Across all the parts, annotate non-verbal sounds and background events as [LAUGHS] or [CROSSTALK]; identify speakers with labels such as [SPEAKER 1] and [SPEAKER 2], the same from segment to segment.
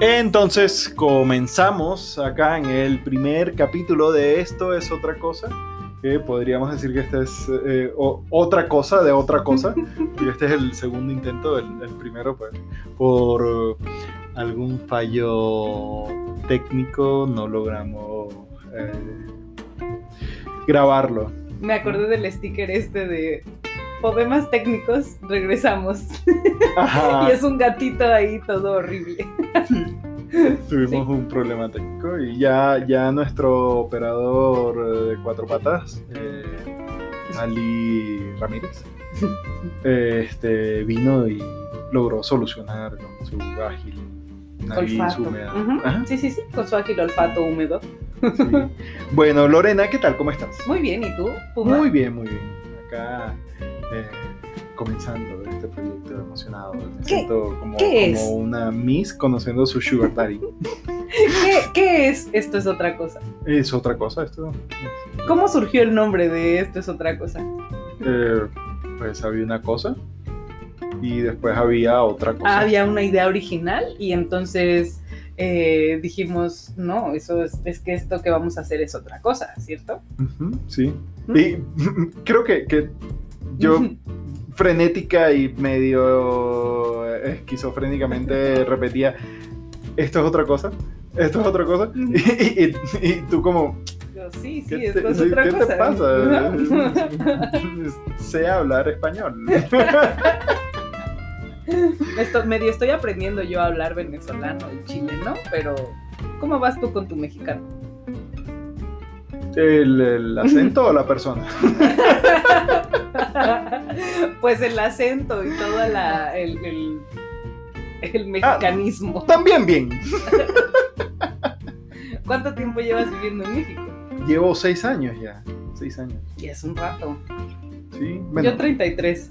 [SPEAKER 1] Entonces comenzamos acá en el primer capítulo de Esto es otra cosa, que podríamos decir que este es eh, o- otra cosa de otra cosa, y este es el segundo intento, el, el primero pues, por eh, algún fallo técnico no logramos eh, grabarlo.
[SPEAKER 2] Me acordé del sticker este de Poemas técnicos, regresamos. [LAUGHS]
[SPEAKER 1] Ajá.
[SPEAKER 2] Y es un gatito ahí todo horrible.
[SPEAKER 1] Tuvimos un problema técnico y ya, ya nuestro operador eh, de cuatro patas, eh, Ali
[SPEAKER 2] [LAUGHS]
[SPEAKER 1] Ramírez, eh, este, vino y logró solucionar con su ágil nariz
[SPEAKER 2] olfato.
[SPEAKER 1] húmeda.
[SPEAKER 2] Ujú.
[SPEAKER 1] Ajá,
[SPEAKER 2] Sí, sí, sí, con su ágil olfato húmedo.
[SPEAKER 1] sí.
[SPEAKER 2] [LAUGHS]
[SPEAKER 1] Bueno, Lorena, ¿qué tal? ¿Cómo estás?
[SPEAKER 2] Muy bien, ¿y tú? Puma?
[SPEAKER 1] Muy bien, muy bien. Acá eh, comenzando este proyecto emocionado. Me siento como,
[SPEAKER 2] qué es?
[SPEAKER 1] como una Miss conociendo su Sugar Daddy.
[SPEAKER 2] ¿Qué, qué es Esto es otra cosa?
[SPEAKER 1] Es otra cosa
[SPEAKER 2] [LAUGHS]
[SPEAKER 1] esto. Es-
[SPEAKER 2] ¿Cómo surgió el nombre de Esto es otra cosa?
[SPEAKER 1] Eh, pues había una cosa y después había otra cosa.
[SPEAKER 2] Ah, había una idea original y entonces eh, dijimos, no, eso es, es que esto que vamos a hacer es otra cosa, ¿cierto?
[SPEAKER 1] Ujú, sí.
[SPEAKER 2] Mm.
[SPEAKER 1] Y [LAUGHS] creo que, que yo frenética y medio eh,
[SPEAKER 2] [LAUGHS]
[SPEAKER 1] esquizofrénicamente repetía, esto es otra cosa, esto es otra cosa.
[SPEAKER 2] Ujú.
[SPEAKER 1] [LAUGHS] Y, y- y tú como,
[SPEAKER 2] [LAUGHS] Yo, sí,
[SPEAKER 1] ¿qué
[SPEAKER 2] sí,
[SPEAKER 1] te,
[SPEAKER 2] esto es
[SPEAKER 1] sí,
[SPEAKER 2] otra
[SPEAKER 1] ¿qué te
[SPEAKER 2] cosa. [LAUGHS]
[SPEAKER 1] pasa? sé hablar español.
[SPEAKER 2] Esto, medio estoy aprendiendo yo a hablar venezolano y chileno, pero ¿cómo vas tú con tu mexicano? [LAUGHS]
[SPEAKER 1] ¿El, el acento o la persona?
[SPEAKER 2] [LAUGHS] pues el acento y todo la, el, el-
[SPEAKER 1] Ah.
[SPEAKER 2] el mexicanismo.
[SPEAKER 1] También bien.
[SPEAKER 2] ¿Cuánto tiempo llevas viviendo en México?
[SPEAKER 1] Llevo seis años ya. Seis años.
[SPEAKER 2] Y es un rato.
[SPEAKER 1] Sí, bueno,
[SPEAKER 2] Yo 33.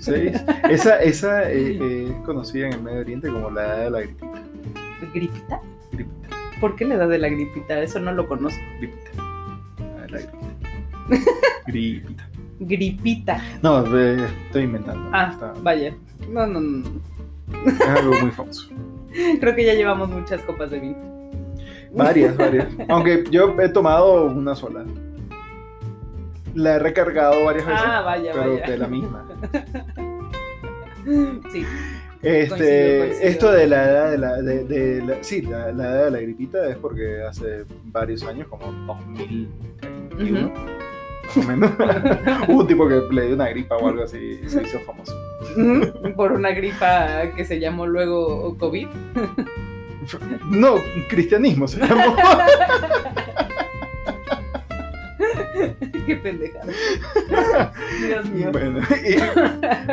[SPEAKER 1] seis. Esa, esa eh, eh, es conocida en el Medio Oriente como la edad de la gripita.
[SPEAKER 2] ¿Gripita?
[SPEAKER 1] Gripita,
[SPEAKER 2] ¿Por qué le da de la gripita? Eso no lo conozco.
[SPEAKER 1] gripita. La edad de la gripita. Gripita.
[SPEAKER 2] Gripita.
[SPEAKER 1] No, eh, estoy inventando.
[SPEAKER 2] Ah,
[SPEAKER 1] Está-
[SPEAKER 2] vaya. No, no, no. no.
[SPEAKER 1] es algo muy famoso.
[SPEAKER 2] Creo que ya llevamos muchas copas de vino.
[SPEAKER 1] Varias, varias. Aunque yo he tomado una sola. La he recargado varias veces,
[SPEAKER 2] Ah, vaya,
[SPEAKER 1] pero
[SPEAKER 2] vaya.
[SPEAKER 1] de la
[SPEAKER 2] [LAUGHS]
[SPEAKER 1] misma.
[SPEAKER 2] Sí.
[SPEAKER 1] Este,
[SPEAKER 2] Coincido, coincido.
[SPEAKER 1] Esto de la edad de la, de, de la- sí, la, la edad de la gripita es porque hace varios años, como 2021, más o menos, [LAUGHS] hubo un tipo que le dio una gripa o algo así y se hizo famoso.
[SPEAKER 2] Ujú, [LAUGHS] Por una gripa que se llamó luego COVID. [LAUGHS]
[SPEAKER 1] No, cristianismo se llamó.
[SPEAKER 2] Qué pendejada. Dios mío.
[SPEAKER 1] Bueno,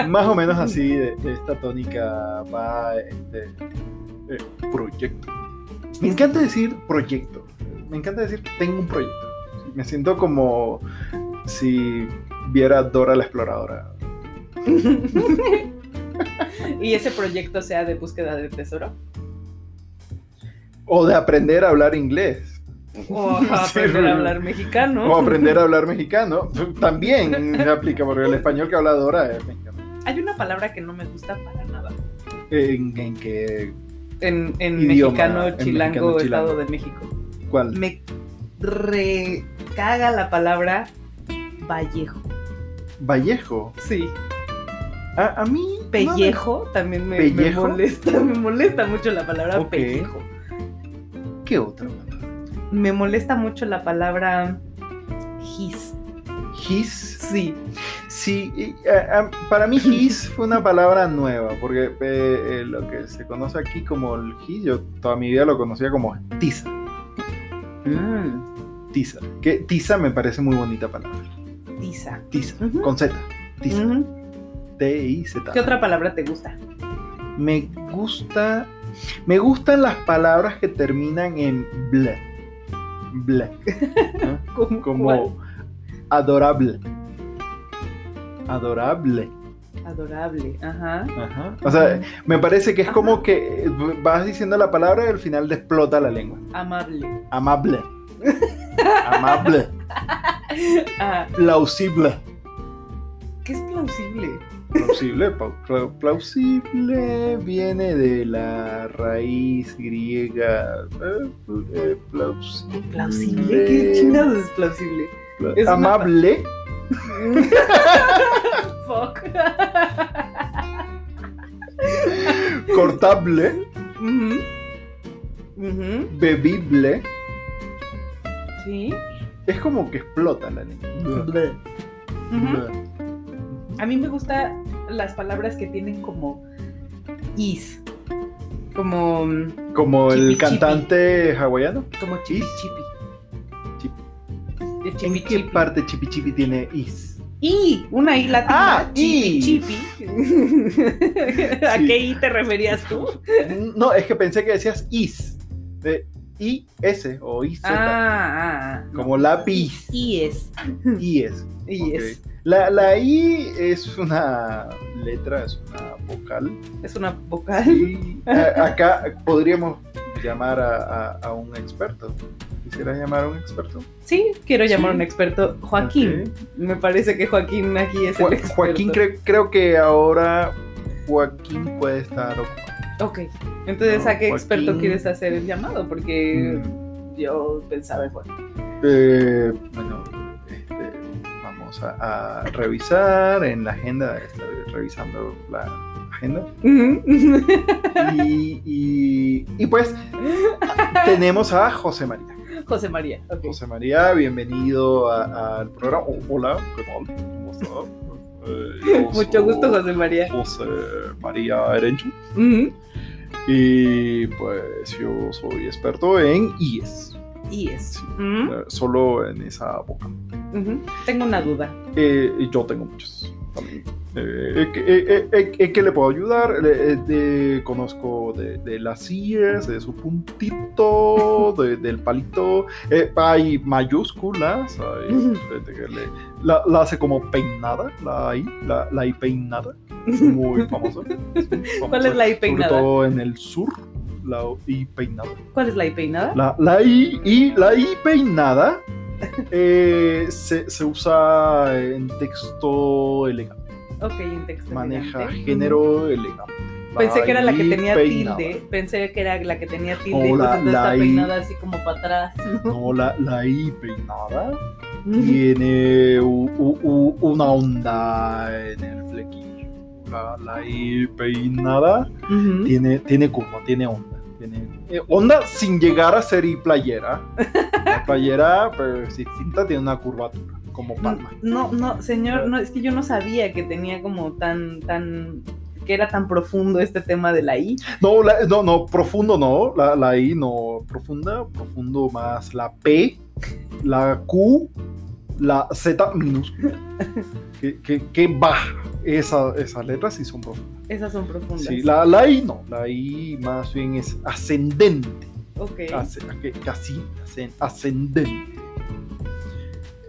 [SPEAKER 1] y más o menos así, de, de esta tónica va este eh, proyecto. Me encanta decir proyecto. Me encanta decir tengo un proyecto. Me siento como si viera Dora la exploradora.
[SPEAKER 2] y ese proyecto sea de búsqueda de tesoro.
[SPEAKER 1] O de aprender a hablar inglés. [LAUGHS]
[SPEAKER 2] O aprender a hablar mexicano.
[SPEAKER 1] O
[SPEAKER 2] [LAUGHS]
[SPEAKER 1] aprender a hablar mexicano. También se aplica, porque el español que habla Dora es mexicano.
[SPEAKER 2] Hay una palabra que no me gusta para nada.
[SPEAKER 1] ¿En, en qué?
[SPEAKER 2] En, en
[SPEAKER 1] Idioma, en
[SPEAKER 2] mexicano, chilango,
[SPEAKER 1] mexicano, chilango.
[SPEAKER 2] estado de México.
[SPEAKER 1] ¿Cuál?
[SPEAKER 2] Me recaga la palabra Vallejo.
[SPEAKER 1] Vallejo.
[SPEAKER 2] Sí.
[SPEAKER 1] A, a mí. no me-
[SPEAKER 2] Pellejo también me, me
[SPEAKER 1] ¿Pellejo?
[SPEAKER 2] molesta. Me molesta mucho la palabra
[SPEAKER 1] Ok.
[SPEAKER 2] pellejo.
[SPEAKER 1] ¿Qué otra palabra?
[SPEAKER 2] Me molesta mucho la palabra gis.
[SPEAKER 1] His.
[SPEAKER 2] Sí.
[SPEAKER 1] Sí, y, a- a- para mí
[SPEAKER 2] [LAUGHS]
[SPEAKER 1] his fue una palabra nueva, porque eh, eh, lo que se conoce aquí como el his, yo toda mi vida lo conocía como tiza, tiza, que tiza me parece muy bonita palabra,
[SPEAKER 2] Tiza.
[SPEAKER 1] tiza,
[SPEAKER 2] Ujú.
[SPEAKER 1] con z, tiza,
[SPEAKER 2] Ujú.
[SPEAKER 1] t i z.
[SPEAKER 2] ¿Qué otra palabra te gusta?
[SPEAKER 1] Me gusta, me gustan las palabras que terminan en ble, ble, ¿no?
[SPEAKER 2] ¿Cómo cuál?
[SPEAKER 1] como adorable, adorable.
[SPEAKER 2] Adorable. Ajá.
[SPEAKER 1] Ajá. O sea, Me parece que es
[SPEAKER 2] Ajá.
[SPEAKER 1] como que eh, vas diciendo la palabra y al final te explota la lengua.
[SPEAKER 2] Amable.
[SPEAKER 1] Amable. Amable.
[SPEAKER 2] Ah,
[SPEAKER 1] Plausible.
[SPEAKER 2] ¿Qué es plausible?
[SPEAKER 1] Plausible, pau- pla- plausible viene de la raíz griega. eh, pl- eh, plausible.
[SPEAKER 2] ¿Plausible? ¿Qué chingados es plausible?
[SPEAKER 1] Pla-
[SPEAKER 2] Es una-
[SPEAKER 1] amable.
[SPEAKER 2] Fuck. [LAUGHS]
[SPEAKER 1] cortable,
[SPEAKER 2] Ujú. Ujú.
[SPEAKER 1] bebible.
[SPEAKER 2] Sí.
[SPEAKER 1] Es como que explota la niña. Ble,
[SPEAKER 2] Ujú.
[SPEAKER 1] ble.
[SPEAKER 2] A mí me gustan las palabras que tienen como is. Como,
[SPEAKER 1] Como el
[SPEAKER 2] Chipi, chipi.
[SPEAKER 1] cantante hawaiano.
[SPEAKER 2] como chipi
[SPEAKER 1] Is.
[SPEAKER 2] chipi.
[SPEAKER 1] Chip.
[SPEAKER 2] De
[SPEAKER 1] ¿En
[SPEAKER 2] chipi
[SPEAKER 1] qué
[SPEAKER 2] chipi.
[SPEAKER 1] parte chipi chipi tiene is?
[SPEAKER 2] I, una I latina.
[SPEAKER 1] Ah,
[SPEAKER 2] chipi,
[SPEAKER 1] I. [LAUGHS]
[SPEAKER 2] chipi. ¿A
[SPEAKER 1] Sí.
[SPEAKER 2] qué I te referías
[SPEAKER 1] [LAUGHS]
[SPEAKER 2] tú?
[SPEAKER 1] No, es que pensé que decías is. De I-S o is
[SPEAKER 2] Ah, ah, ah.
[SPEAKER 1] Como lápiz.
[SPEAKER 2] I es.
[SPEAKER 1] Y es.
[SPEAKER 2] I es.
[SPEAKER 1] ok. La, la I es una letra, es una vocal.
[SPEAKER 2] Es una vocal.
[SPEAKER 1] [LAUGHS] Y a- acá podríamos llamar a, a- a un experto. ¿Quisieras llamar a un experto?
[SPEAKER 2] Sí, quiero llamar a un
[SPEAKER 1] Sí.
[SPEAKER 2] experto. Joaquín.
[SPEAKER 1] Ok.
[SPEAKER 2] Me parece que Joaquín aquí es
[SPEAKER 1] Jo-
[SPEAKER 2] el experto.
[SPEAKER 1] Joaquín, cre- creo que ahora Joaquín puede estar ocupado.
[SPEAKER 2] Ok. Entonces,
[SPEAKER 1] No,
[SPEAKER 2] ¿a qué experto
[SPEAKER 1] Joaquín. Mm.
[SPEAKER 2] quieres hacer el llamado? Porque yo pensaba en
[SPEAKER 1] [LAUGHS]
[SPEAKER 2] Joaquín.
[SPEAKER 1] Eh, bueno, este, vamos a, a revisar en la agenda, estoy revisando la agenda. Y, y- y pues [LAUGHS] tenemos a José María.
[SPEAKER 2] José María. Ok.
[SPEAKER 1] José María, bienvenido a- al programa. Oh, hola, ¿qué tal? ¿Cómo [LAUGHS] estás? Eh, yo soy
[SPEAKER 2] Mucho gusto, José María.
[SPEAKER 1] José María Erenchu. Mm.
[SPEAKER 2] Ujú.
[SPEAKER 1] Y pues yo soy experto en IES,
[SPEAKER 2] Y es.
[SPEAKER 1] Sí.
[SPEAKER 2] Ujú.
[SPEAKER 1] eh, solo en esa boca.
[SPEAKER 2] Ujú. Tengo una duda.
[SPEAKER 1] Eh, y yo tengo muchos también. Eh, eh, eh, eh, eh, eh, ¿Qué le puedo ayudar? Le- eh, de- conozco de, de las IES, de su puntito,
[SPEAKER 2] [LAUGHS]
[SPEAKER 1] de- del palito. Eh, hay mayúsculas, hay- de- de que le- la, la hace como peinada, la I, la, la I peinada,
[SPEAKER 2] [LAUGHS]
[SPEAKER 1] muy famosa. es muy
[SPEAKER 2] ¿Cuál
[SPEAKER 1] famosa,
[SPEAKER 2] es la I
[SPEAKER 1] Sobre
[SPEAKER 2] peinada?
[SPEAKER 1] todo en el sur, la I peinada.
[SPEAKER 2] ¿Cuál es la I peinada?
[SPEAKER 1] La, la I, I- la I peinada eh, se, se usa en texto elegante,
[SPEAKER 2] Ok, en texto.
[SPEAKER 1] maneja
[SPEAKER 2] elegante.
[SPEAKER 1] género elegante.
[SPEAKER 2] Pensé que era la que
[SPEAKER 1] I
[SPEAKER 2] tenía
[SPEAKER 1] peinada.
[SPEAKER 2] tilde. Pensé que era la que tenía tilde. y
[SPEAKER 1] O
[SPEAKER 2] pues
[SPEAKER 1] la-
[SPEAKER 2] entonces
[SPEAKER 1] la
[SPEAKER 2] está
[SPEAKER 1] I.
[SPEAKER 2] peinada así como para atrás.
[SPEAKER 1] No, la, la I peinada
[SPEAKER 2] [LAUGHS]
[SPEAKER 1] tiene u- u- u- una onda en el flequillo. La, la I peinada
[SPEAKER 2] Ujú.
[SPEAKER 1] tiene, tiene curva, tiene onda. Tiene, eh, onda sin llegar a ser I
[SPEAKER 2] [LAUGHS]
[SPEAKER 1] playera. La playera, pero es distinta, tiene una curvatura, como palma.
[SPEAKER 2] No, no, señor, no, es que yo no sabía que tenía como tan, tan, que era tan profundo este tema de la I.
[SPEAKER 1] No, la- no, no, profundo no, la, la I no, profunda, profundo más la P, la Q, la Z
[SPEAKER 2] [LAUGHS]
[SPEAKER 1] minúscula. Que, que, que baja esa, esas letras sí son profundas.
[SPEAKER 2] Esas son profundas.
[SPEAKER 1] Sí, la, la I no, la I más bien es ascendente,
[SPEAKER 2] Ok.
[SPEAKER 1] asce- que- que así, ascen- ascendente.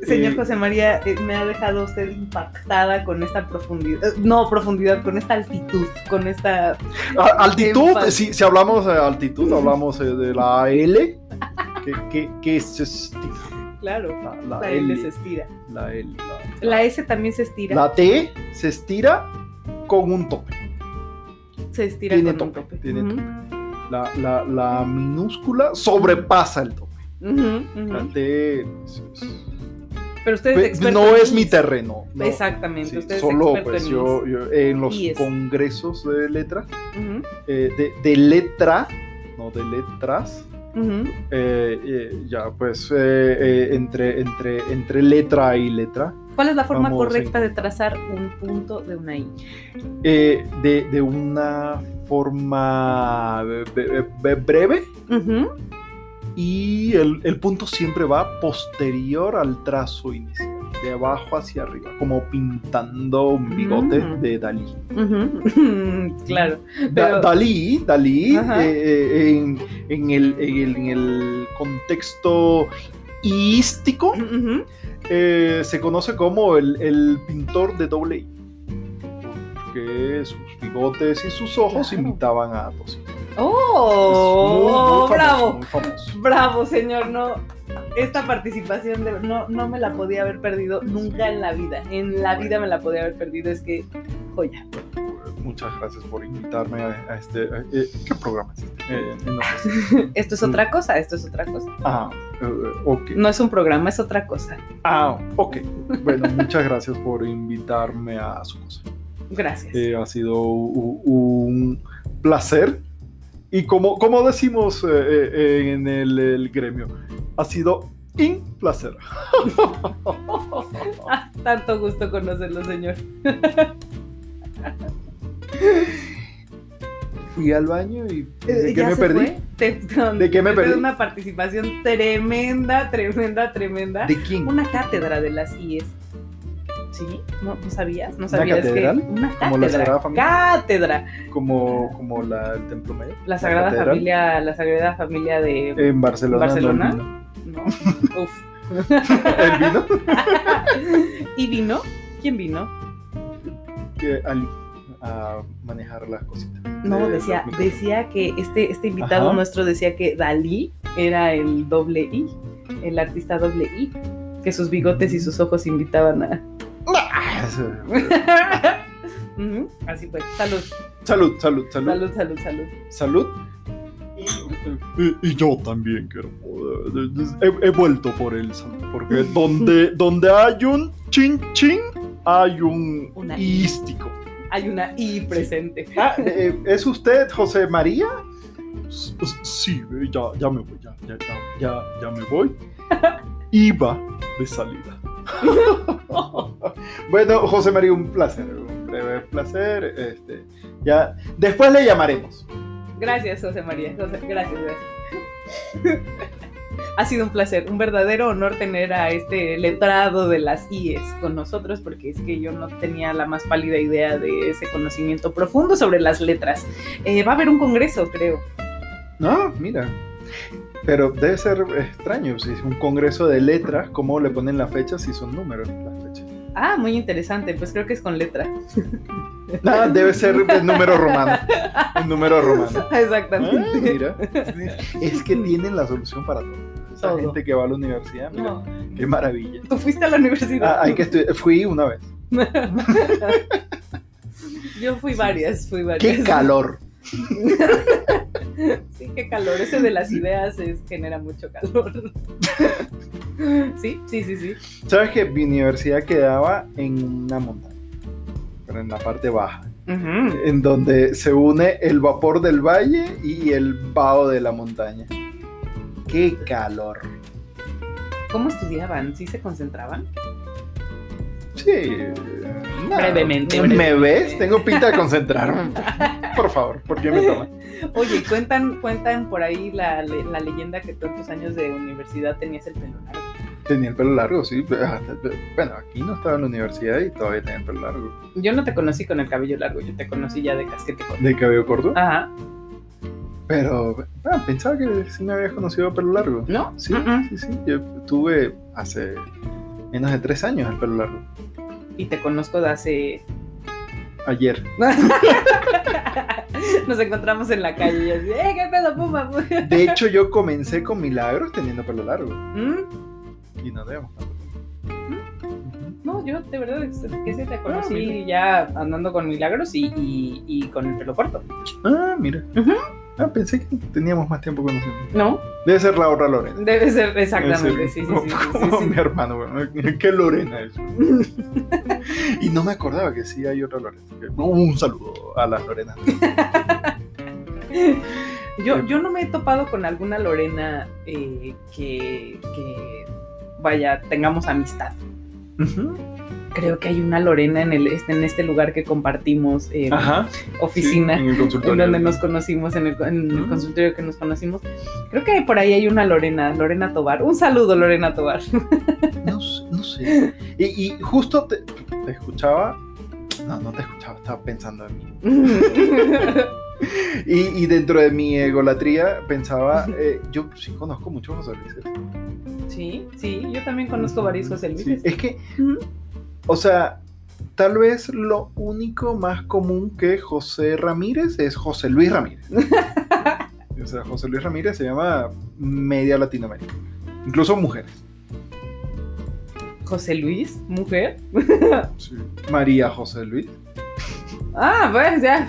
[SPEAKER 2] Señor
[SPEAKER 1] eh,
[SPEAKER 2] José María, eh, me ha dejado usted impactada con esta profundidad, eh, no profundidad, con esta altitud, con esta...
[SPEAKER 1] A- altitud,
[SPEAKER 2] Enfas-
[SPEAKER 1] si, si hablamos de altitud, hablamos eh, de la L, que, que, que se estira,
[SPEAKER 2] Claro,
[SPEAKER 1] la, la
[SPEAKER 2] la L se
[SPEAKER 1] L,
[SPEAKER 2] estira.
[SPEAKER 1] la L, la-
[SPEAKER 2] La S también se estira.
[SPEAKER 1] La T se estira con un tope.
[SPEAKER 2] se estira
[SPEAKER 1] tiene
[SPEAKER 2] con un
[SPEAKER 1] tope,
[SPEAKER 2] tope.
[SPEAKER 1] tiene
[SPEAKER 2] Ujú,
[SPEAKER 1] La, la- la minúscula sobrepasa el tope.
[SPEAKER 2] ujú, ujú.
[SPEAKER 1] La T es- es-
[SPEAKER 2] Pero usted es
[SPEAKER 1] pe-
[SPEAKER 2] experto
[SPEAKER 1] no
[SPEAKER 2] en
[SPEAKER 1] es mi
[SPEAKER 2] is.
[SPEAKER 1] terreno. no.
[SPEAKER 2] Exactamente,
[SPEAKER 1] Sí,
[SPEAKER 2] usted es
[SPEAKER 1] solo
[SPEAKER 2] experto
[SPEAKER 1] pues
[SPEAKER 2] en
[SPEAKER 1] yo,
[SPEAKER 2] is.
[SPEAKER 1] yo en los
[SPEAKER 2] Is.
[SPEAKER 1] congresos de letras,
[SPEAKER 2] Ujú,
[SPEAKER 1] eh, de, de letra, no de letras,
[SPEAKER 2] ujú.
[SPEAKER 1] eh, eh, ya pues eh, eh, entre, entre, entre letra y letra,
[SPEAKER 2] ¿Cuál es la forma
[SPEAKER 1] Vamos,
[SPEAKER 2] correcta de trazar un punto de una I?
[SPEAKER 1] eh, de, de una forma eh, be- be- breve,
[SPEAKER 2] Ujú.
[SPEAKER 1] y el, el punto siempre va posterior al trazo inicial, de abajo hacia arriba, como pintando un bigote
[SPEAKER 2] Mm.
[SPEAKER 1] de Dalí.
[SPEAKER 2] Ujú. [LAUGHS] claro.
[SPEAKER 1] Da-
[SPEAKER 2] Pero-
[SPEAKER 1] Dalí, Dalí,
[SPEAKER 2] Ajá.
[SPEAKER 1] eh, eh, en, en el, en el- en el contexto ístico,
[SPEAKER 2] Ujú.
[SPEAKER 1] eh, se conoce como el, el pintor de doble I, porque sus bigotes y sus ojos
[SPEAKER 2] Claro.
[SPEAKER 1] imitaban a Tosilos. Es muy, muy famoso,
[SPEAKER 2] ¡Oh! ¡Bravo!
[SPEAKER 1] muy famoso.
[SPEAKER 2] ¡Bravo, señor! No. esta participación de, no, no me la podía haber perdido nunca en la vida. En la vida me la podía haber perdido. Es que, joya. [LAUGHS]
[SPEAKER 1] Muchas gracias por invitarme a, a este. a- eh, ¿Qué programa es este? Eh, no sé.
[SPEAKER 2] Esto
[SPEAKER 1] Mm.
[SPEAKER 2] es otra cosa, esto es otra cosa.
[SPEAKER 1] Ah, eh, ok.
[SPEAKER 2] No es un programa, es otra cosa.
[SPEAKER 1] Ah, ok.
[SPEAKER 2] [LAUGHS]
[SPEAKER 1] Bueno, muchas gracias por invitarme a su cosa.
[SPEAKER 2] Gracias.
[SPEAKER 1] Eh, ha sido u- u- un placer. Y como, como decimos eh, eh, en el, el gremio, ha sido un placer.
[SPEAKER 2] [LAUGHS] Ah, tanto gusto conocerlo, señor.
[SPEAKER 1] Fui al baño y
[SPEAKER 2] Eh,
[SPEAKER 1] ¿de qué
[SPEAKER 2] ¿ya
[SPEAKER 1] me
[SPEAKER 2] se
[SPEAKER 1] perdí?
[SPEAKER 2] fue? Te-
[SPEAKER 1] ¿De qué me
[SPEAKER 2] tuve
[SPEAKER 1] perdí?
[SPEAKER 2] Una participación tremenda, tremenda, tremenda.
[SPEAKER 1] ¿De quién?
[SPEAKER 2] Una cátedra de las IES. ¿Sí? ¿No, no sabías? ¿No
[SPEAKER 1] ¿Una
[SPEAKER 2] sabías
[SPEAKER 1] catedral?
[SPEAKER 2] que una
[SPEAKER 1] ¿Como la Sagrada
[SPEAKER 2] cátedra?
[SPEAKER 1] Familia?
[SPEAKER 2] cátedra.
[SPEAKER 1] Como, como la, el Templo Mayor.
[SPEAKER 2] La Sagrada
[SPEAKER 1] catedral. Eh.
[SPEAKER 2] Familia, la Sagrada Familia de
[SPEAKER 1] En Barcelona.
[SPEAKER 2] Barcelona.
[SPEAKER 1] no,
[SPEAKER 2] ¿no? [LAUGHS] Uf.
[SPEAKER 1] el vino.
[SPEAKER 2] ¿Y vino? ¿Quién vino?
[SPEAKER 1] que al- a manejar las cositas.
[SPEAKER 2] No,
[SPEAKER 1] Eh,
[SPEAKER 2] decía,
[SPEAKER 1] los micrófonos.
[SPEAKER 2] decía que este, este invitado
[SPEAKER 1] Ajá.
[SPEAKER 2] nuestro decía que Dalí era el doble I, el artista doble I, que sus bigotes y sus ojos invitaban a... [LAUGHS]
[SPEAKER 1] Ah, eso-
[SPEAKER 2] Ujú, Así pues, salud,
[SPEAKER 1] [LAUGHS] Salud, salud, salud.
[SPEAKER 2] salud, salud, salud.
[SPEAKER 1] salud. Y, y yo también quiero poder- He, he vuelto por él, salud,
[SPEAKER 2] [LAUGHS]
[SPEAKER 1] porque donde, donde hay un chin chin, hay un
[SPEAKER 2] Una I.
[SPEAKER 1] ístico.
[SPEAKER 2] Hay una I presente.
[SPEAKER 1] [LAUGHS] Ah, eh, ¿Es usted José María? S- s- Sí, eh, ya, ya me voy, ya, ya, ya, ya, ya me voy. [LAUGHS] Iba de salida. [LAUGHS] Bueno, José María, un placer, un breve placer. Este, ya, después le llamaremos.
[SPEAKER 2] Gracias, José María. José- gracias, gracias. [LAUGHS] Ha sido un placer, un verdadero honor tener a este letrado de las IES con nosotros, porque es que yo no tenía la más pálida idea de ese conocimiento profundo sobre las letras. Eh, va a haber un congreso, creo.
[SPEAKER 1] No, mira. Pero debe ser extraño, si es un congreso de letras, ¿cómo le ponen las fechas si son números las [LAUGHS] fechas?
[SPEAKER 2] Ah, muy interesante, pues creo que es con letra. [LAUGHS]
[SPEAKER 1] Nada, debe ser el número romano. El número romano. Ah,
[SPEAKER 2] Exactamente. [LAUGHS]
[SPEAKER 1] mira. Es que tienen la solución para todo. Esa
[SPEAKER 2] Todo.
[SPEAKER 1] gente que va a la universidad, mira,
[SPEAKER 2] No,
[SPEAKER 1] qué maravilla.
[SPEAKER 2] tú fuiste a la universidad.
[SPEAKER 1] Ah, hay que estudiar. Fui una vez.
[SPEAKER 2] Yo fui varias, fui varias.
[SPEAKER 1] ¡Qué calor!
[SPEAKER 2] [LAUGHS] Sí, qué calor. Ese de las ideas es, genera mucho calor. [LAUGHS] Sí, sí, sí, sí.
[SPEAKER 1] ¿Sabes que mi universidad quedaba en una montaña? Pero en la parte baja. en donde se une el vapor del valle y el vaho de la montaña. ¡Qué calor!
[SPEAKER 2] ¿Cómo estudiaban? ¿Sí se concentraban?
[SPEAKER 1] Sí. no.
[SPEAKER 2] Brevemente,
[SPEAKER 1] ¿Me
[SPEAKER 2] brevemente.
[SPEAKER 1] ves? Tengo pinta de concentrarme. Por favor, ¿por qué me tomas?
[SPEAKER 2] Oye, cuentan, cuentan por ahí la, le- la leyenda que tú en tus años de universidad tenías el pelo largo.
[SPEAKER 1] Tenía el pelo largo, sí. ah, Bueno, aquí no estaba en la universidad y todavía tenía el pelo largo.
[SPEAKER 2] Yo no te conocí con el cabello largo, yo te conocí ya de casquete corto.
[SPEAKER 1] De cabello corto.
[SPEAKER 2] Ajá.
[SPEAKER 1] Pero ah, pensaba que sí me habías conocido de pelo largo.
[SPEAKER 2] ¿No? Mm,
[SPEAKER 1] Sí,
[SPEAKER 2] Mm-mm.
[SPEAKER 1] sí, sí. Yo tuve hace menos de tres años el pelo largo.
[SPEAKER 2] Y te conozco de hace. [LAUGHS]
[SPEAKER 1] Ayer.
[SPEAKER 2] Nos encontramos en la calle y así, ¡eh, qué pedo, puma!
[SPEAKER 1] De hecho, yo comencé con milagros teniendo pelo largo.
[SPEAKER 2] Mm,
[SPEAKER 1] y nos vemos.
[SPEAKER 2] No, yo de verdad es que sí te
[SPEAKER 1] Ah,
[SPEAKER 2] conocí
[SPEAKER 1] mira.
[SPEAKER 2] ya andando con milagros y, y- y con el pelo corto.
[SPEAKER 1] Ah, mira.
[SPEAKER 2] Ujú.
[SPEAKER 1] Ah, pensé que teníamos más tiempo conociendo.
[SPEAKER 2] ¿no?
[SPEAKER 1] Debe ser Laura Lorena.
[SPEAKER 2] Debe ser exactamente,
[SPEAKER 1] Debe ser
[SPEAKER 2] sí, sí,
[SPEAKER 1] como- [LAUGHS]
[SPEAKER 2] sí,
[SPEAKER 1] como
[SPEAKER 2] sí,
[SPEAKER 1] mi hermano, bueno, ¿qué Lorena es? y no me acordaba que sí hay otra Lorena. Que- Un saludo a las Lorenas.
[SPEAKER 2] sí.
[SPEAKER 1] Eh,
[SPEAKER 2] Yo, yo no me he topado con alguna Lorena eh, que, que, vaya, tengamos amistad. Creo que hay una Lorena en, el, este- en este lugar que compartimos eh,
[SPEAKER 1] Ajá. sí,
[SPEAKER 2] oficina.
[SPEAKER 1] en el consultorio.
[SPEAKER 2] En donde nos conocimos, en el, en el
[SPEAKER 1] Mm.
[SPEAKER 2] consultorio que nos conocimos. Creo que por ahí hay una Lorena, Lorena Tobar. Un saludo,
[SPEAKER 1] [LAUGHS]
[SPEAKER 2] Lorena Tobar.
[SPEAKER 1] No, sé- no sé. Y, y justo te, te escuchaba. No, no te escuchaba, estaba pensando en mí. Y, y dentro de mi egolatría pensaba, eh, yo sí conozco mucho a José Luis. ¿eh?
[SPEAKER 2] sí, sí, yo también conozco varios José Luises.
[SPEAKER 1] Mm, Sí, Es que,
[SPEAKER 2] Ujú.
[SPEAKER 1] o sea, tal vez lo único más común que José Ramírez es José Luis
[SPEAKER 2] [LAUGHS]
[SPEAKER 1] Ramírez. o sea, José Luis Ramírez se llama Media Latinoamérica. Incluso mujeres.
[SPEAKER 2] José Luis, mujer.
[SPEAKER 1] Sí. María José Luis.
[SPEAKER 2] Ah, pues ya.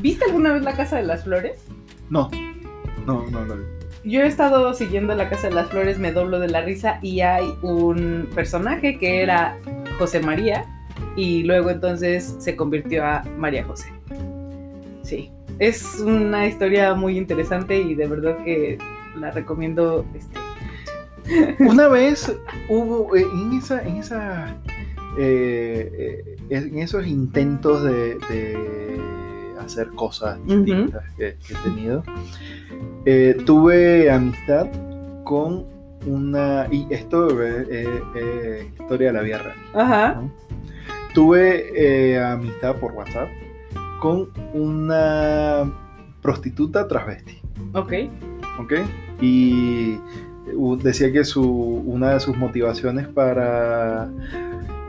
[SPEAKER 2] ¿Viste alguna vez la Casa de las Flores?
[SPEAKER 1] No, no, no la vi.
[SPEAKER 2] Yo he estado siguiendo la Casa de las Flores, me doblo de la risa y hay un personaje que era José María y luego entonces se convirtió a María José. Sí, es una historia muy interesante y de verdad que la recomiendo. Este,
[SPEAKER 1] Una vez hubo eh, en esa, en esa, eh, eh, en esos intentos de, de hacer cosas
[SPEAKER 2] Ujú.
[SPEAKER 1] distintas que, que he tenido, eh, tuve amistad con una y esto es historia de la vida real.
[SPEAKER 2] Ajá.
[SPEAKER 1] Tuve eh, amistad por WhatsApp con una prostituta travesti.
[SPEAKER 2] Ok.
[SPEAKER 1] ¿ok? Y u- decía que su, una de sus motivaciones para,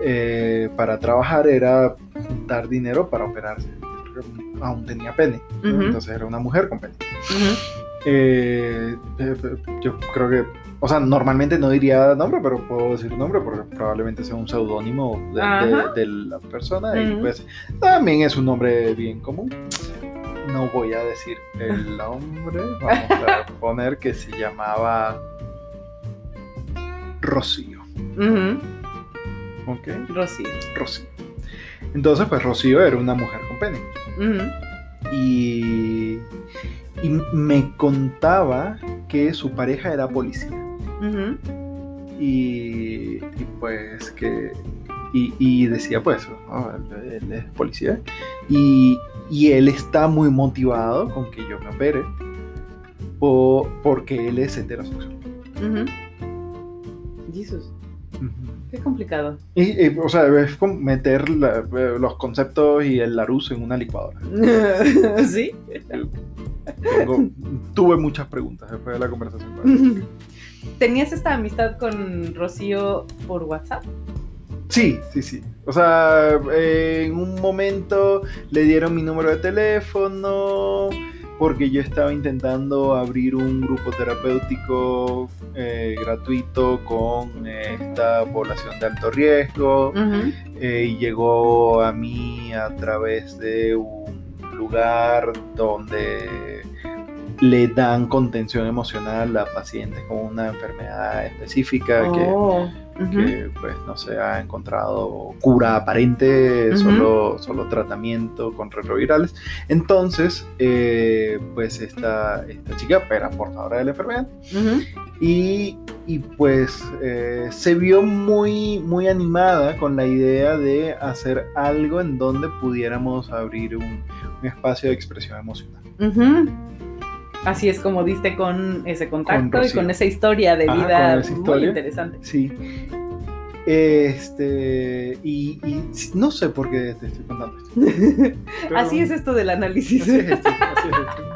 [SPEAKER 1] eh, para trabajar era juntar dinero para operarse. porque Aún tenía pene, ¿no?
[SPEAKER 2] Ujú.
[SPEAKER 1] entonces era una mujer con pene.
[SPEAKER 2] Ujú.
[SPEAKER 1] Eh, eh, yo creo que, o sea, normalmente no diría nombre, pero puedo decir nombre porque probablemente sea un seudónimo de, de-
[SPEAKER 2] Ajá.
[SPEAKER 1] de la persona y
[SPEAKER 2] Ujú.
[SPEAKER 1] pues también es un nombre bien común. No voy a decir
[SPEAKER 2] [LAUGHS]
[SPEAKER 1] el nombre, vamos a poner que se llamaba Rocío,
[SPEAKER 2] Ujú.
[SPEAKER 1] ¿ok?
[SPEAKER 2] Rosy.
[SPEAKER 1] Rocío. Entonces, pues Rocío era una mujer con pene.
[SPEAKER 2] Ujú.
[SPEAKER 1] y, y me contaba que su pareja era policía
[SPEAKER 2] Ujú.
[SPEAKER 1] y, y pues que y, y decía pues "No, él, él es policía y, y él está muy motivado con que yo me opere o porque él es heterosexual
[SPEAKER 2] Ujú. Jesus, qué complicado. [LAUGHS]
[SPEAKER 1] y, y, o sea es como meter la- los conceptos y el larus en una licuadora
[SPEAKER 2] ¿Sí?
[SPEAKER 1] Tengo- tuve muchas preguntas después de la conversación con él.
[SPEAKER 2] [LAUGHS] ¿Tenías esta amistad con Rocío por WhatsApp?
[SPEAKER 1] Sí, sí, sí. O sea, eh, en un momento le dieron mi número de teléfono porque yo estaba intentando abrir un grupo terapéutico eh, gratuito con eh, esta población de alto riesgo eh, y llegó a mí a través de un lugar donde le dan contención emocional a pacientes con una enfermedad específica Ah, que
[SPEAKER 2] Oh, ujú.
[SPEAKER 1] que pues no se ha encontrado cura aparente,
[SPEAKER 2] Ujú.
[SPEAKER 1] solo, solo tratamiento con retrovirales. Entonces, eh, pues esta, esta chica era portadora de la enfermedad
[SPEAKER 2] Ujú.
[SPEAKER 1] y, y, pues eh, se vio muy, muy animada con la idea de hacer algo en donde pudiéramos abrir un, un espacio de expresión emocional.
[SPEAKER 2] Ujú. Así es como diste con ese contacto y
[SPEAKER 1] Rocío.
[SPEAKER 2] con esa historia de
[SPEAKER 1] Ajá,
[SPEAKER 2] vida
[SPEAKER 1] con esa
[SPEAKER 2] muy
[SPEAKER 1] historia.
[SPEAKER 2] interesante.
[SPEAKER 1] Sí. Este, y, y no sé por qué te estoy contando esto.
[SPEAKER 2] [LAUGHS]
[SPEAKER 1] pero-
[SPEAKER 2] Así es esto del análisis.
[SPEAKER 1] Así es esto, así es esto.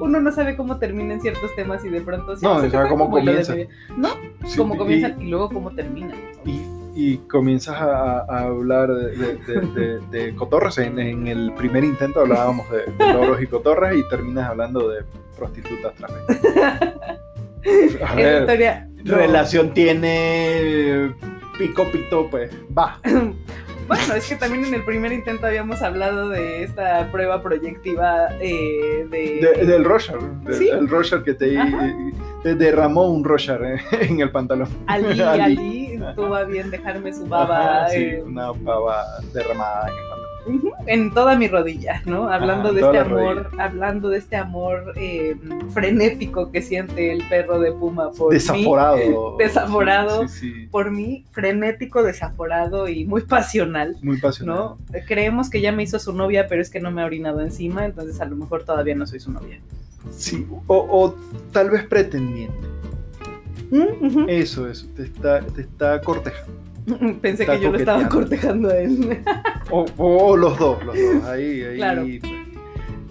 [SPEAKER 2] [LAUGHS] Uno no sabe cómo terminan ciertos temas y de pronto sí,
[SPEAKER 1] No,
[SPEAKER 2] se
[SPEAKER 1] o
[SPEAKER 2] te
[SPEAKER 1] sea,
[SPEAKER 2] fue
[SPEAKER 1] cómo
[SPEAKER 2] como hilo de
[SPEAKER 1] comienza.
[SPEAKER 2] media. No,
[SPEAKER 1] Sí,
[SPEAKER 2] cómo
[SPEAKER 1] y-
[SPEAKER 2] comienzan y luego cómo terminan.
[SPEAKER 1] Y, y comienzas a, a hablar de, de- de- de- de cotorras. En, en el primer intento hablábamos de, de loros y cotorras y terminas hablando de prostitutas
[SPEAKER 2] [LAUGHS]
[SPEAKER 1] travestis. A
[SPEAKER 2] Esa
[SPEAKER 1] ver,
[SPEAKER 2] historia. no.
[SPEAKER 1] relación tiene pico pito, pues va.
[SPEAKER 2] Bueno, es que también en el primer intento habíamos hablado de esta prueba proyectiva eh,
[SPEAKER 1] De- del Roger, de-
[SPEAKER 2] Sí.
[SPEAKER 1] el Roger que te,
[SPEAKER 2] Ajá.
[SPEAKER 1] te derramó un Roger eh, en el pantalón. [LAUGHS]
[SPEAKER 2] Ali,
[SPEAKER 1] Ali.
[SPEAKER 2] Ali, tú va bien dejarme su baba
[SPEAKER 1] Ajá, sí,
[SPEAKER 2] eh,
[SPEAKER 1] una pava derramada en el pantalón.
[SPEAKER 2] ujú, en toda mi rodilla, ¿no? Hablando
[SPEAKER 1] en
[SPEAKER 2] de
[SPEAKER 1] toda
[SPEAKER 2] este
[SPEAKER 1] la
[SPEAKER 2] amor, hablando de este amor eh, frenético que siente el perro de Puma por mí,
[SPEAKER 1] eh, Desaforado.
[SPEAKER 2] Desaforado.
[SPEAKER 1] Sí, sí, sí.
[SPEAKER 2] por mí, frenético, desaforado y muy pasional.
[SPEAKER 1] Muy pasional.
[SPEAKER 2] ¿No? Creemos que ya me hizo su novia, pero es que no me ha orinado encima, entonces a lo mejor todavía no soy su novia.
[SPEAKER 1] Sí, o, o tal vez pretendiente.
[SPEAKER 2] Mm, ujú.
[SPEAKER 1] Eso, eso, te está, te está cortejando.
[SPEAKER 2] [LAUGHS] Pensé
[SPEAKER 1] Está
[SPEAKER 2] que yo lo estaba cortejando a él.
[SPEAKER 1] O, o los dos, los dos, ahí, ahí. pues.
[SPEAKER 2] Claro.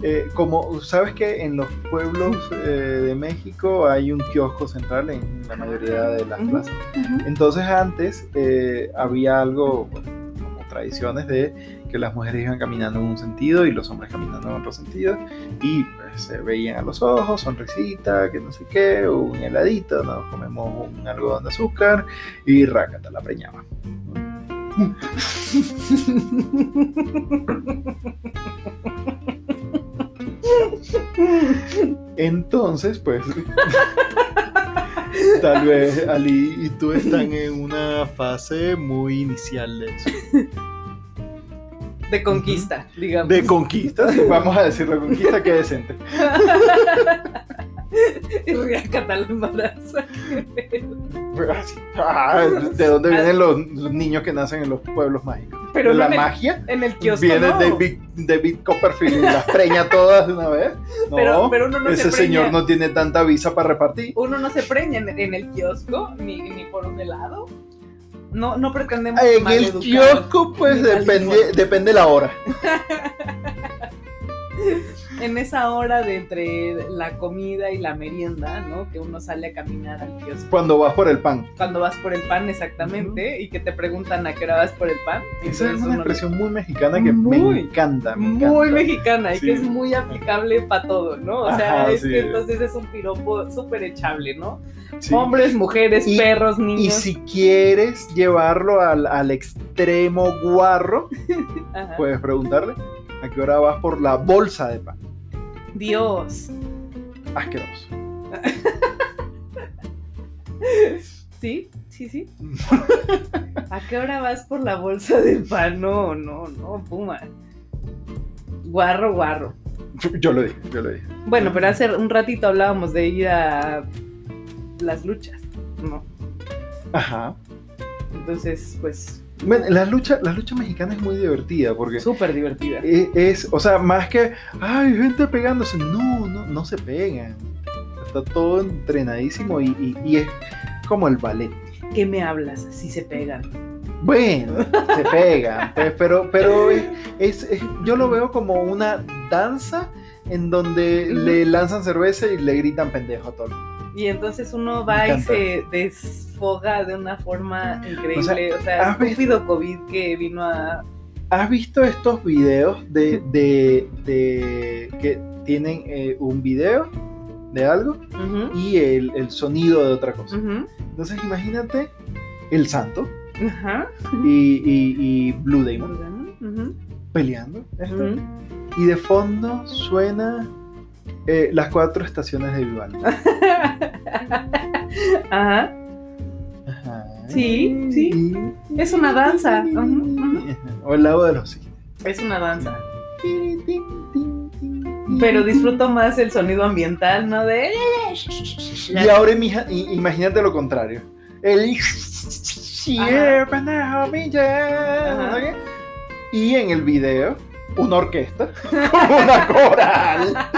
[SPEAKER 1] Eh, como sabes que en los pueblos eh, de México hay un kiosco central en la mayoría de las
[SPEAKER 2] Ujú.
[SPEAKER 1] plazas. Entonces antes eh, había algo bueno, como tradiciones de que las mujeres iban caminando en un sentido y los hombres caminando en otro sentido y pues, se veían a los ojos, sonrisita, que no sé qué, un heladito, nos comemos un algodón de azúcar y rácata, la preñaba. Entonces, pues, tal vez Ali y tú están en una fase muy inicial de eso.
[SPEAKER 2] De conquista, digamos.
[SPEAKER 1] De
[SPEAKER 2] [LAUGHS]
[SPEAKER 1] conquista, sí, vamos a decirlo, conquista que decente.
[SPEAKER 2] Y rescatar el [LAUGHS] embarazo. qué pedo.
[SPEAKER 1] Pero así, ah, ¿De dónde vienen los, los niños que nacen en los pueblos mágicos?
[SPEAKER 2] Pero
[SPEAKER 1] ¿De
[SPEAKER 2] no
[SPEAKER 1] la
[SPEAKER 2] en el-
[SPEAKER 1] magia?
[SPEAKER 2] En el kiosco.
[SPEAKER 1] Viene
[SPEAKER 2] no.
[SPEAKER 1] David, David Copperfield y las preña todas de una vez. No,
[SPEAKER 2] [LAUGHS] pero, pero uno no
[SPEAKER 1] ese
[SPEAKER 2] se preña.
[SPEAKER 1] señor no tiene tanta visa para repartir.
[SPEAKER 2] Uno no se preña en, en el kiosco, ni, ni por un helado. No, no pretendemos
[SPEAKER 1] En el
[SPEAKER 2] maleducarnos.
[SPEAKER 1] kiosco, pues
[SPEAKER 2] Mal
[SPEAKER 1] depende,
[SPEAKER 2] educado.
[SPEAKER 1] depende la hora.
[SPEAKER 2] en esa hora de entre la comida y la merienda, ¿no? Que uno sale a caminar al kiosco.
[SPEAKER 1] Cuando vas por el pan.
[SPEAKER 2] Cuando vas por el pan, exactamente, y que te preguntan a qué hora vas por el pan.
[SPEAKER 1] Esa es
[SPEAKER 2] Entonces
[SPEAKER 1] una
[SPEAKER 2] uno-
[SPEAKER 1] expresión muy mexicana que me
[SPEAKER 2] Muy,
[SPEAKER 1] encanta. me
[SPEAKER 2] muy
[SPEAKER 1] encanta.
[SPEAKER 2] mexicana y
[SPEAKER 1] Sí.
[SPEAKER 2] que es muy aplicable para todo, ¿no? O sea,
[SPEAKER 1] Ajá,
[SPEAKER 2] es
[SPEAKER 1] sí.
[SPEAKER 2] que entonces es un piropo súper echable, ¿no?
[SPEAKER 1] Sí.
[SPEAKER 2] Hombres, mujeres,
[SPEAKER 1] Y-
[SPEAKER 2] perros, niños.
[SPEAKER 1] Y si quieres llevarlo al, al extremo guarro,
[SPEAKER 2] Ajá.
[SPEAKER 1] puedes preguntarle a qué hora vas por la bolsa de pan.
[SPEAKER 2] Dios.
[SPEAKER 1] Asqueroso.
[SPEAKER 2] Sí, sí, sí. ¿A qué hora vas por la bolsa de pan? No, no, no, puma. Guarro, guarro.
[SPEAKER 1] Yo lo dije, yo lo dije.
[SPEAKER 2] Bueno, pero hace un ratito hablábamos de ir a las luchas, ¿no?
[SPEAKER 1] Ajá.
[SPEAKER 2] Entonces, pues,
[SPEAKER 1] Bueno, la lucha, la lucha mexicana es muy divertida porque
[SPEAKER 2] súper divertida.
[SPEAKER 1] es, es- o sea, más que, ay, gente pegándose, no, no, no se pegan. Está todo entrenadísimo y, y- y es como el ballet.
[SPEAKER 2] ¿Qué me hablas si se pegan?
[SPEAKER 1] Bueno, se pegan, pues, pero, pero es, es- es- yo lo veo como una danza en donde
[SPEAKER 2] Ujú.
[SPEAKER 1] le lanzan cerveza y le gritan pendejo a todo. el mundo.
[SPEAKER 2] Y entonces uno
[SPEAKER 1] Me
[SPEAKER 2] va y
[SPEAKER 1] encanta.
[SPEAKER 2] se desfoga de una forma increíble.
[SPEAKER 1] O
[SPEAKER 2] O
[SPEAKER 1] sea,
[SPEAKER 2] sea,
[SPEAKER 1] ¿has visto?
[SPEAKER 2] estúpido COVID que vino a.
[SPEAKER 1] ¿Has visto estos videos de, de- de- que tienen eh, un video de algo
[SPEAKER 2] Ujú,
[SPEAKER 1] y el, el sonido de otra cosa?
[SPEAKER 2] ujú,
[SPEAKER 1] Entonces imagínate el santo
[SPEAKER 2] Ajá.
[SPEAKER 1] y, y- y Blue Demon
[SPEAKER 2] ujú,
[SPEAKER 1] peleando esto,
[SPEAKER 2] ujú.
[SPEAKER 1] y de fondo suena eh, las cuatro estaciones de Vivaldi.
[SPEAKER 2] Ajá.
[SPEAKER 1] Ajá.
[SPEAKER 2] Sí, sí.
[SPEAKER 1] Y-
[SPEAKER 2] Es una danza. Ujú, ujú.
[SPEAKER 1] O el lago de los cisnes.
[SPEAKER 2] Es una danza. Pero disfruto más el sonido ambiental, ¿no? De. "Eh,
[SPEAKER 1] Y ahora imija- i- imagínate lo contrario. El Sí,
[SPEAKER 2] Ajá.
[SPEAKER 1] eh, pendejo, pinche,
[SPEAKER 2] Ajá.
[SPEAKER 1] ¿no sé qué? Y en el video, una orquesta [LAUGHS] como una coral.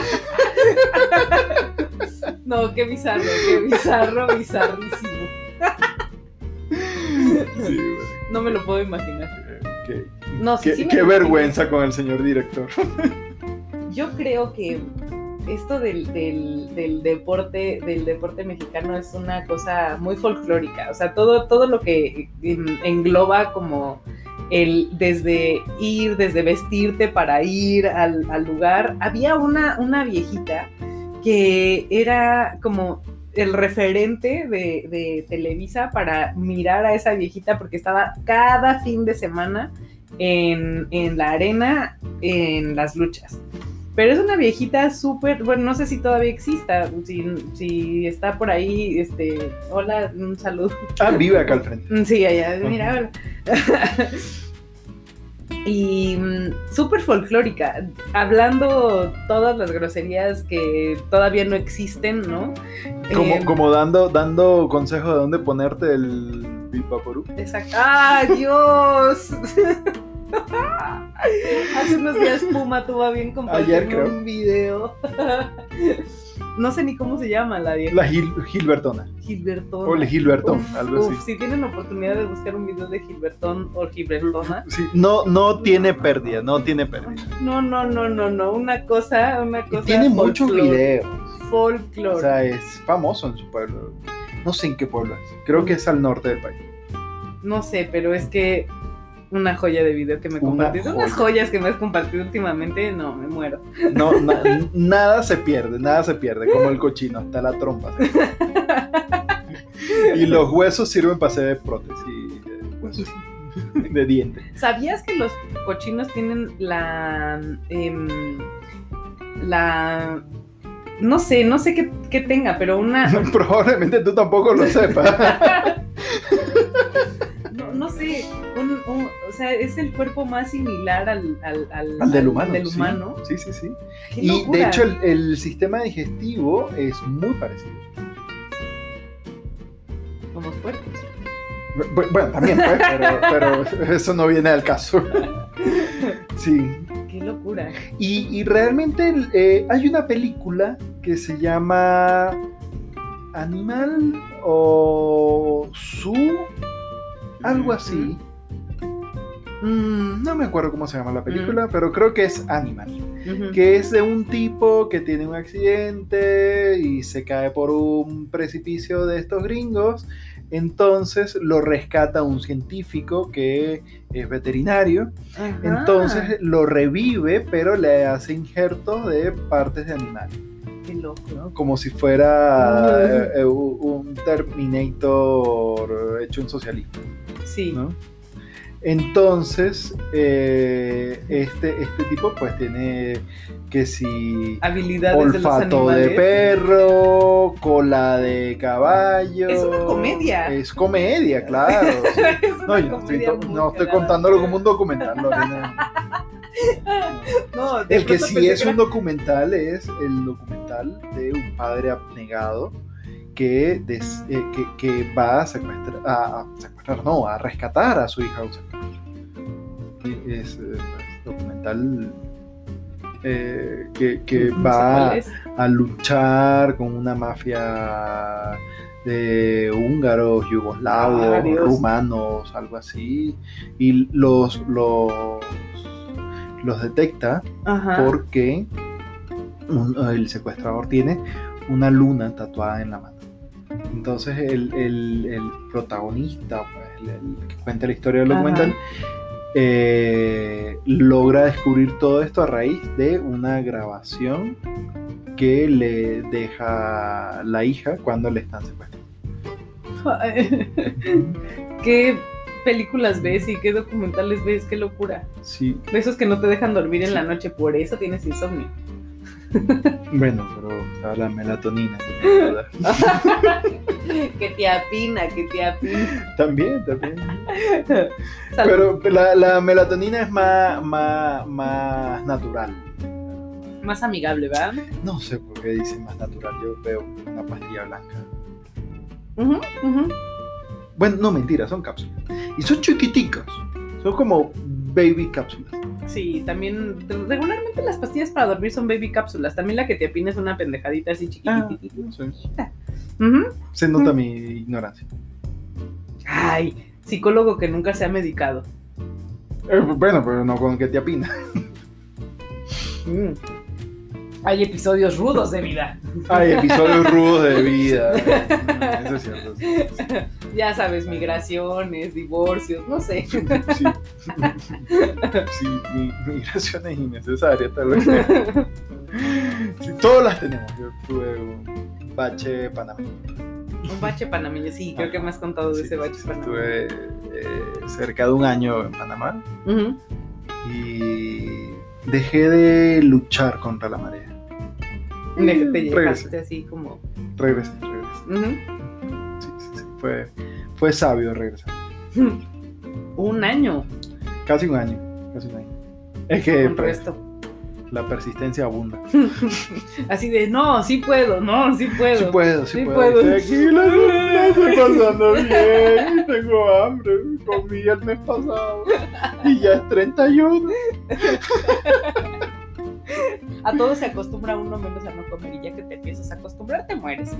[SPEAKER 2] No, qué bizarro, qué bizarro, bizarrísimo.
[SPEAKER 1] Sí,
[SPEAKER 2] No me lo puedo imaginar.
[SPEAKER 1] bueno, qué-
[SPEAKER 2] No, sí,
[SPEAKER 1] qué-
[SPEAKER 2] sí me
[SPEAKER 1] qué
[SPEAKER 2] lo imagino.
[SPEAKER 1] vergüenza con el señor director.
[SPEAKER 2] Yo creo que esto del, del- del deporte, del deporte mexicano es una cosa muy folclórica. O sea, todo, todo lo que en- engloba como el desde ir, desde vestirte para ir al, al lugar. Había una, una viejita que era como el referente de, de Televisa para mirar a esa viejita porque estaba cada fin de semana en, en la arena en las luchas. Pero es una viejita súper, bueno, no sé si todavía exista, si, si está por ahí, este, hola, un saludo. [LAUGHS]
[SPEAKER 1] Ah, vive acá al frente.
[SPEAKER 2] Mm, Sí, allá,
[SPEAKER 1] Ujú.
[SPEAKER 2] mira. hola. [LAUGHS] y mm, súper folclórica, hablando todas las groserías que todavía no existen, ¿no?
[SPEAKER 1] Como,
[SPEAKER 2] Eh,
[SPEAKER 1] como dando, dando consejo de dónde ponerte el Vaporú.
[SPEAKER 2] Exacto. ¡Ah, Dios! [LAUGHS] Hace unos días Puma tuvo a bien
[SPEAKER 1] Ayer,
[SPEAKER 2] compartir
[SPEAKER 1] creo.
[SPEAKER 2] un video. [LAUGHS] no sé ni cómo se llama la vieja.
[SPEAKER 1] La Gil- Gilbertona.
[SPEAKER 2] Gilbertona.
[SPEAKER 1] O el Gilbertón,
[SPEAKER 2] Uf,
[SPEAKER 1] algo así.
[SPEAKER 2] uf, si tienen oportunidad de buscar un video de Gilbertón o Gilbertona.
[SPEAKER 1] Sí, no, no tiene pérdida, no tiene pérdida.
[SPEAKER 2] No, no, no, no, no. Una cosa, una
[SPEAKER 1] Y
[SPEAKER 2] cosa.
[SPEAKER 1] tiene muchos
[SPEAKER 2] folclor-
[SPEAKER 1] videos.
[SPEAKER 2] Folclor.
[SPEAKER 1] O sea, es famoso en su pueblo. No sé en qué pueblo es. Creo que es al norte del país.
[SPEAKER 2] no sé, pero es que una joya de video que me
[SPEAKER 1] Una
[SPEAKER 2] compartiste. Unas
[SPEAKER 1] joya.
[SPEAKER 2] joyas que me has compartido últimamente, no, me muero.
[SPEAKER 1] No, na- nada se pierde, nada se pierde, como el cochino, hasta la trompa. se pierde. Y los huesos sirven para hacer prótesis de, huesos, de diente.
[SPEAKER 2] ¿Sabías que los cochinos tienen la. em, la. No sé, no sé qué, qué tenga, pero
[SPEAKER 1] [LAUGHS]
[SPEAKER 2] una.
[SPEAKER 1] [LAUGHS] Probablemente tú tampoco lo sepas.
[SPEAKER 2] No, no sé, un- un- o sea, es el cuerpo más similar al, al, al-
[SPEAKER 1] Al del
[SPEAKER 2] al
[SPEAKER 1] humano.
[SPEAKER 2] del
[SPEAKER 1] sí.
[SPEAKER 2] humano.
[SPEAKER 1] Sí, sí, sí.
[SPEAKER 2] ¡Qué
[SPEAKER 1] Y de
[SPEAKER 2] locura!
[SPEAKER 1] hecho el, el sistema digestivo es muy parecido.
[SPEAKER 2] Somos puercos.
[SPEAKER 1] Bu- Bueno, también, pues,
[SPEAKER 2] [LAUGHS]
[SPEAKER 1] pero, pero eso no viene al caso. Sí.
[SPEAKER 2] Qué locura.
[SPEAKER 1] Y, y realmente el, eh, hay una película que se llama Animal o Su, algo así. Mm, no me acuerdo cómo se llama la película,
[SPEAKER 2] Mm.
[SPEAKER 1] pero creo que es Animal.
[SPEAKER 2] Ujú.
[SPEAKER 1] Que es de un tipo que tiene un accidente y se cae por un precipicio de estos gringos. Entonces lo rescata un científico que es veterinario.
[SPEAKER 2] Ajá.
[SPEAKER 1] Entonces eh, lo revive, pero le hace injertos de partes de animales,
[SPEAKER 2] Qué loco.
[SPEAKER 1] ¿no? Como si fuera
[SPEAKER 2] Uy.
[SPEAKER 1] eh, eh, u- un Terminator hecho un socialista,
[SPEAKER 2] Sí.
[SPEAKER 1] ¿no? Entonces, eh, este, este tipo pues tiene que si
[SPEAKER 2] Habilidades
[SPEAKER 1] olfato
[SPEAKER 2] de los
[SPEAKER 1] de,
[SPEAKER 2] animales.
[SPEAKER 1] perro, cola de caballo.
[SPEAKER 2] Es una comedia.
[SPEAKER 1] Es comedia, claro. sí.
[SPEAKER 2] [LAUGHS] [LAUGHS] Es una
[SPEAKER 1] No, yo no estoy,
[SPEAKER 2] comedia
[SPEAKER 1] to-
[SPEAKER 2] muy
[SPEAKER 1] no estoy
[SPEAKER 2] cagada.
[SPEAKER 1] contándolo como un documental, Lorena.
[SPEAKER 2] [LAUGHS] No, de
[SPEAKER 1] El que
[SPEAKER 2] pronto
[SPEAKER 1] sí
[SPEAKER 2] pensé
[SPEAKER 1] es
[SPEAKER 2] era-
[SPEAKER 1] un documental es el documental de un padre abnegado que, des- eh, que, que va a secuestrar, a, a secuestrar, no, a rescatar a su hija. de un secuestro. Y Es eh, pues, documental eh, que, que
[SPEAKER 2] no sé
[SPEAKER 1] va
[SPEAKER 2] cuál es.
[SPEAKER 1] a luchar con una mafia de húngaros,
[SPEAKER 2] Ah,
[SPEAKER 1] yugoslavos,
[SPEAKER 2] Dios.
[SPEAKER 1] rumanos, algo así, y los, los, los detecta
[SPEAKER 2] Ajá.
[SPEAKER 1] porque un- el secuestrador tiene una luna tatuada en la mano. Entonces el, el- el protagonista, pues, el, el que cuenta la historia del
[SPEAKER 2] Ajá.
[SPEAKER 1] documental, eh, logra descubrir todo esto a raíz de una grabación que le deja la hija cuando le están secuestrando.
[SPEAKER 2] [LAUGHS] ¿Qué películas ves y qué documentales ves? Qué locura.
[SPEAKER 1] Sí,
[SPEAKER 2] De esos que no te dejan dormir en la noche, por eso tienes insomnio.
[SPEAKER 1] bueno, pero estaba la
[SPEAKER 2] [LAUGHS]
[SPEAKER 1] melatonina. que te ayuda.
[SPEAKER 2] que te apina, que te apina.
[SPEAKER 1] También, también.
[SPEAKER 2] Salud.
[SPEAKER 1] Pero la, la melatonina es más, más, más natural.
[SPEAKER 2] [LAUGHS] Más amigable, ¿verdad?
[SPEAKER 1] No sé por qué dice más natural. Yo veo una pastilla blanca.
[SPEAKER 2] Ujú, ujú.
[SPEAKER 1] Bueno, no mentira, son cápsulas. Y son chiquiticas. Son como baby cápsulas.
[SPEAKER 2] Sí, también regularmente las pastillas para dormir son baby cápsulas. También la que te apina es una pendejadita así chiquitita.
[SPEAKER 1] no sé.
[SPEAKER 2] Ujú.
[SPEAKER 1] Se nota mi ignorancia.
[SPEAKER 2] Ay, psicólogo que nunca se ha medicado.
[SPEAKER 1] Eh, bueno, pero no con qué te apina.
[SPEAKER 2] Mm. Hay episodios rudos de vida.
[SPEAKER 1] Hay episodios rudos de vida. Eso es cierto. sí.
[SPEAKER 2] Ya sabes, migraciones, divorcios, no sé.
[SPEAKER 1] Sí, sí mi- migraciones innecesarias, tal vez. Sí, todas las tenemos. Yo tuve un bache panameño.
[SPEAKER 2] Un bache panameño, sí, creo que me has contado de
[SPEAKER 1] Sí,
[SPEAKER 2] ese bache
[SPEAKER 1] sí,
[SPEAKER 2] panameño.
[SPEAKER 1] Estuve eh, cerca de un año en Panamá
[SPEAKER 2] Ujú.
[SPEAKER 1] y dejé de luchar contra la marea.
[SPEAKER 2] De- Te
[SPEAKER 1] Regresé.
[SPEAKER 2] llevaste así como.
[SPEAKER 1] Regresé, regresé.
[SPEAKER 2] ujú. [LAUGHS]
[SPEAKER 1] Sí, sí, sí. Fue, fue sabio regresar.
[SPEAKER 2] Un año
[SPEAKER 1] Casi un año. Casi un año. Es que
[SPEAKER 2] con
[SPEAKER 1] pues,
[SPEAKER 2] resto.
[SPEAKER 1] la persistencia abunda.
[SPEAKER 2] Así de, no, sí puedo, no, sí puedo.
[SPEAKER 1] Sí puedo, sí,
[SPEAKER 2] Sí
[SPEAKER 1] puedo.
[SPEAKER 2] puedo.
[SPEAKER 1] Estoy aquí, la, la estoy pasando bien. Tengo hambre. Comí el mes pasado. Y ya es 31.
[SPEAKER 2] A todo se acostumbra uno menos a no comer y ya que te empiezas a acostumbrar te
[SPEAKER 1] [LAUGHS]
[SPEAKER 2] mueres.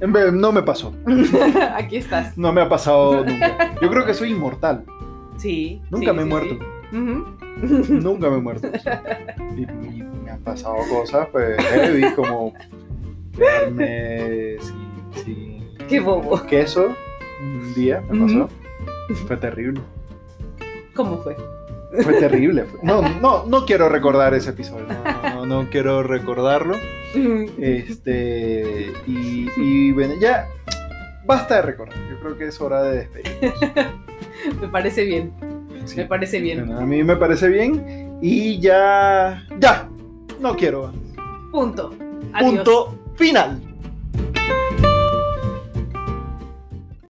[SPEAKER 1] En vez- No me pasó.
[SPEAKER 2] Aquí estás.
[SPEAKER 1] No me ha pasado nunca. Yo creo que soy inmortal.
[SPEAKER 2] Sí.
[SPEAKER 1] Nunca
[SPEAKER 2] sí,
[SPEAKER 1] me he
[SPEAKER 2] sí,
[SPEAKER 1] muerto.
[SPEAKER 2] sí. Ujú.
[SPEAKER 1] Nunca me he muerto. Y, y me han pasado cosas pues, heavy, como quedarme sin, sin
[SPEAKER 2] Qué bobo.
[SPEAKER 1] queso un día, me pasó. Fue terrible.
[SPEAKER 2] ¿Cómo
[SPEAKER 1] [LAUGHS]
[SPEAKER 2] fue?
[SPEAKER 1] Fue terrible. fue- No, no, no quiero recordar ese episodio. No, no, no quiero recordarlo. Eh, Este. Y, y bueno, ya. Basta de recordar. Yo creo que es hora de despedir.
[SPEAKER 2] Me parece bien, me parece bien.
[SPEAKER 1] Bueno, a mí me parece bien. Y ya. Ya. No quiero.
[SPEAKER 2] Punto. Adiós.
[SPEAKER 1] Punto final.